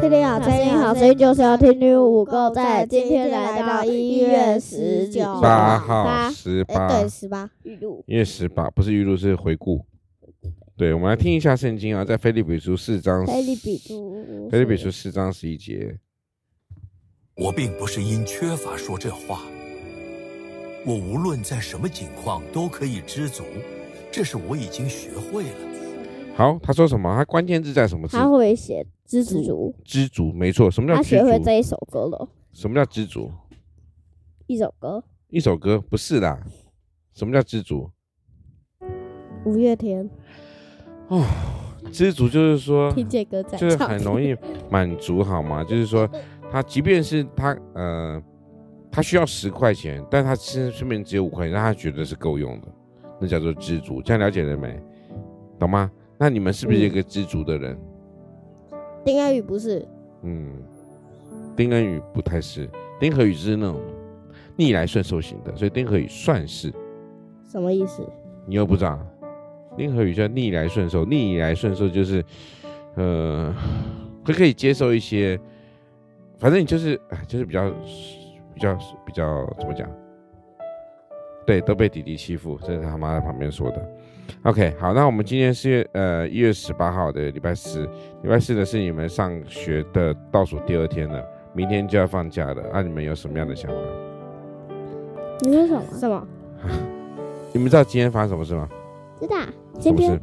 听听好声音，好声音就是要听听五个在。今天来到一月十九八嗯号十哎，八，对，十八预录。一月十八不是预录是回顾。对，我们来听一下圣经啊，在菲利比书四章，菲利比猪，菲利比书四章十一节，我并不是因缺乏说这话，我无论在什么境况都可以知足，这是我已经学会了。好，他说什么？他关键字在什么字？他会写知足足，知足，没错。什么叫他嗯知学会足？这一首歌了，什么叫知足？一首歌，一首歌不是啦。什么叫知足？五月天，知足就是说，听见歌在就是很容易满足，好吗？就是说，他即便是他呃，他需要十块钱，但他身身边只有五块钱，让他觉得是够用的，那叫做知足。这样了解了没？懂吗？那你们是不是一个知足的人？丁安宇不是，嗯，丁恩宇不太是，丁和宇是那种逆来顺受型的，所以丁和宇算是，什么意思？你又不知道。丁和宇叫逆来顺受，逆来顺受就是，呃，他可以接受一些，反正你就是，哎，就是比较比较比较怎么讲？对，都被弟弟欺负，这是他妈在旁边说的。OK，好，那我们今天是月呃一月十八号的礼拜四，礼拜四的是你们上学的倒数第二天了，明天就要放假了，那、你们有什么样的想法？你说什么？什么？你们知道今天发生什么事吗？知道，什今么事天？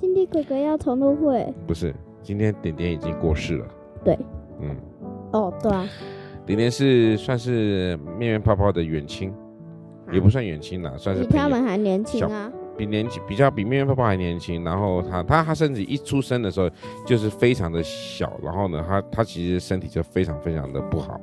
今天哥哥要同乐会，不是，今天点点已经过世了。对，嗯，哦，对啊，点点是算是面面泡泡的远亲，也不算远亲啦，算是啊比朋他友，们还年轻啊，比年纪比较比面面泡泡还年轻。然后他他他甚至一出生的时候就是非常的小，然后呢，他他其实身体就非常非常的不好。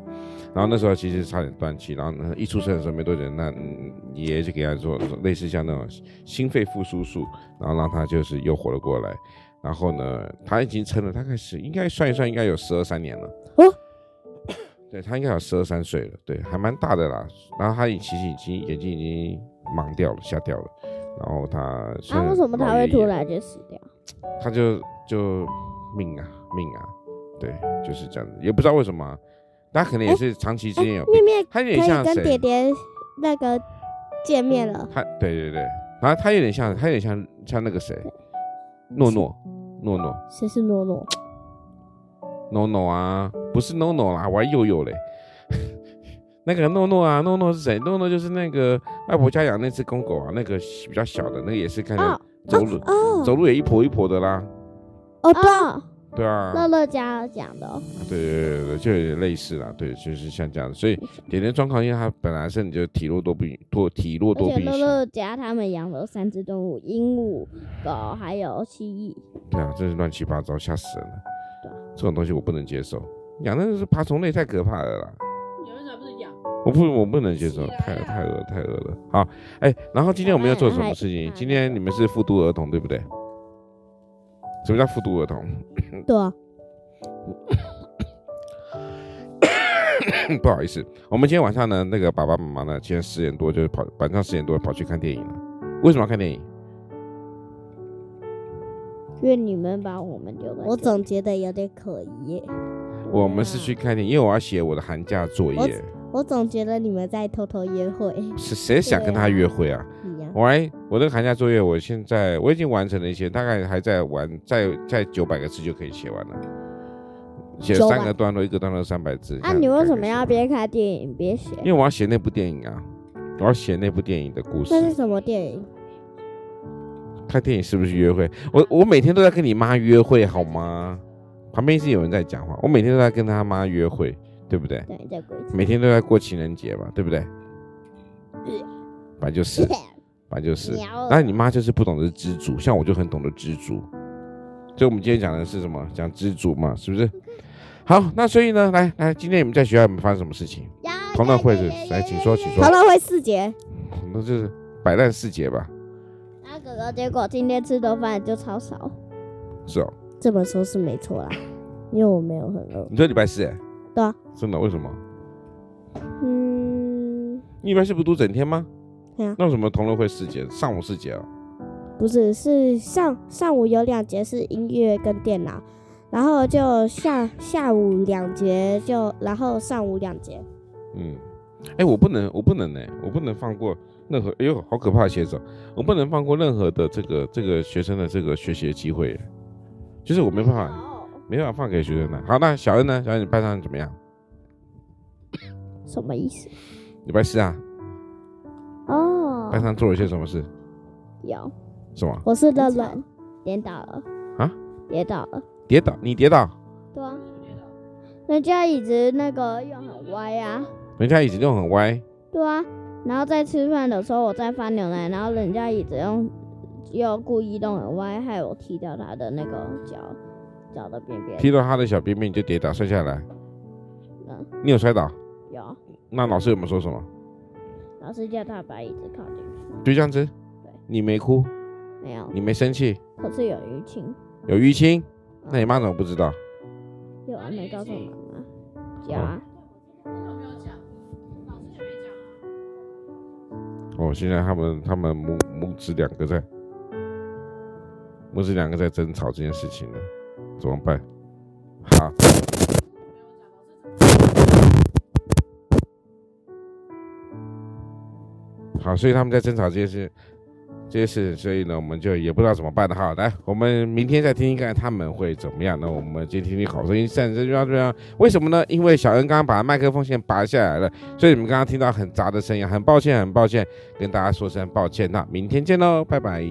然后那时候其实差点断气，然后呢，一出生的时候没多久，那嗯爷爷就给他做做类似像那种心肺复苏术，然后让他就是又活了过来。然后呢，他已经撑了大概是应该算一算，应该有十二三年了。哦，对他应该有十二三岁了，对，还蛮大的啦。然后他也其实已经眼睛已经盲掉了，瞎掉了。然后他虽啊，然为什么老他会爷突爷然就死掉？他就就命啊命啊，对，就是这样子，也不知道为什么啊、他可能也是长期之间有病面，面他有可点像以跟爹？谁爹那个见面了，他对对对，然后他有点像，他有点像像那个谁，诺诺诺诺谁是诺诺？诺诺啊，不是诺诺啦，我还悠悠嘞。 那个诺诺啊，诺诺是谁？诺诺就是那个外婆家养那只公狗啊，那个比较小的，那个也是看哦着走路、哦走路也一跛一跛的啦，哦，对啊，哦，对啊。乐乐家讲的哦，对对对对，就有点类似啦，对，就是像这样，所以点点状况，因为他本来身体就体弱多病，多体弱而多且病乐型，乐家他们养了三只动物，鹦鹉、狗还有蜥蜴。对啊，真是乱七八糟，吓死人了对啊。这种东西我不能接受，养那是爬虫类太可怕了啦，你为啥不是养？我不我不能接受，是啊太太恶太恶了。好，哎，然后今天我们要做什么事情？今天你们是复读儿童对不对？什么叫复读儿童？对啊，嗯不好意思，我们今天晚上呢，那个爸爸妈妈呢，今天十点多就是跑，晚上十点多跑去看电影了。为什么要看电影？因为你们把我们丢了。我总觉得有点可疑耶，我们嗯是去看电影，因为我要写我的寒假作我业。我总觉得你们在偷偷约会是谁想跟他约会啊？一样。我还我的寒假作业，我现在我已经完成了一些，大概还在完，在在九百个字就可以写完了。写900三个段落，一个段落三百字。啊，这样你为大概什么可以写要完？边看电影边写？因为我要写那部电影啊，我要写那部电影的故事那。是什么电影？看电影是不是约会？我我每天都在跟你妈约会，好吗？旁边是有人在讲话，我每天都在跟他妈约会，对不对？对，再过一次。每天都在过情人节嘛，对不对？本来 就是，本来就是。鸟那你妈就是不懂得知足，像我就很懂得知足。所以我们今天讲的是什么？讲知足嘛，是不是？好，那所以呢，来来，今天你们在学校有没有发生什么事情？同乐会是来，请说，请说同。乐会四节，那就是摆烂四节吧，那哥哥结果今天吃的饭就超少。是哦。这么说是没错啦，因为我没有很饿。你说礼拜四、欸？对啊。真的？为什么？嗯，你礼拜四不读整天吗？对啊那为什么同乐会四节？上午四节哦。不是，是上上午有两节是音乐跟电脑，然后就下下午两节就，然后上午两节，嗯，哎、我不能，我不能呢、我不能放过任何，哎呦，好可怕的写手，我不能放过任何的这个这个学生的这个学习的机会，就是我没办法，没办法放给学生的。好，那小恩呢？小恩，你班上怎么样？什么意思？礼拜四啊，哦班，上做了些什么事？有什么？我是乐很伦吵，跌倒了啊，跌倒了，跌倒？你跌倒？对啊，人家椅子那个又很歪啊，人家椅子弄很歪，对啊，然后在吃饭的时候我在翻牛奶，然后人家椅子用又故意弄很歪，害我踢掉他的那个脚脚的边边，踢到他的小便便就跌倒摔下来。嗯，你有摔倒？有那老师有没有说什么？老师叫他把椅子靠进去，就这样子对？你没哭，没有，你没生气，可是有淤青，有淤青？嗯那你妈怎么不知道？有啊，没告诉妈妈，有啊，哦，现在他们他们母母子两个在，母子两个在争吵这件事情呢，怎么办？好，好，所以他们在争吵这件事，这些事，所以呢，我们就也不知道怎么办了哈。来，我们明天再听听看他们会怎么样。那我们今天听听好声音，现在就要这样。为什么呢？因为小恩刚刚把麦克风线拔下来了，所以你们刚刚听到很杂的声音，很抱歉，很抱歉，跟大家说声抱歉。那明天见喽，拜拜。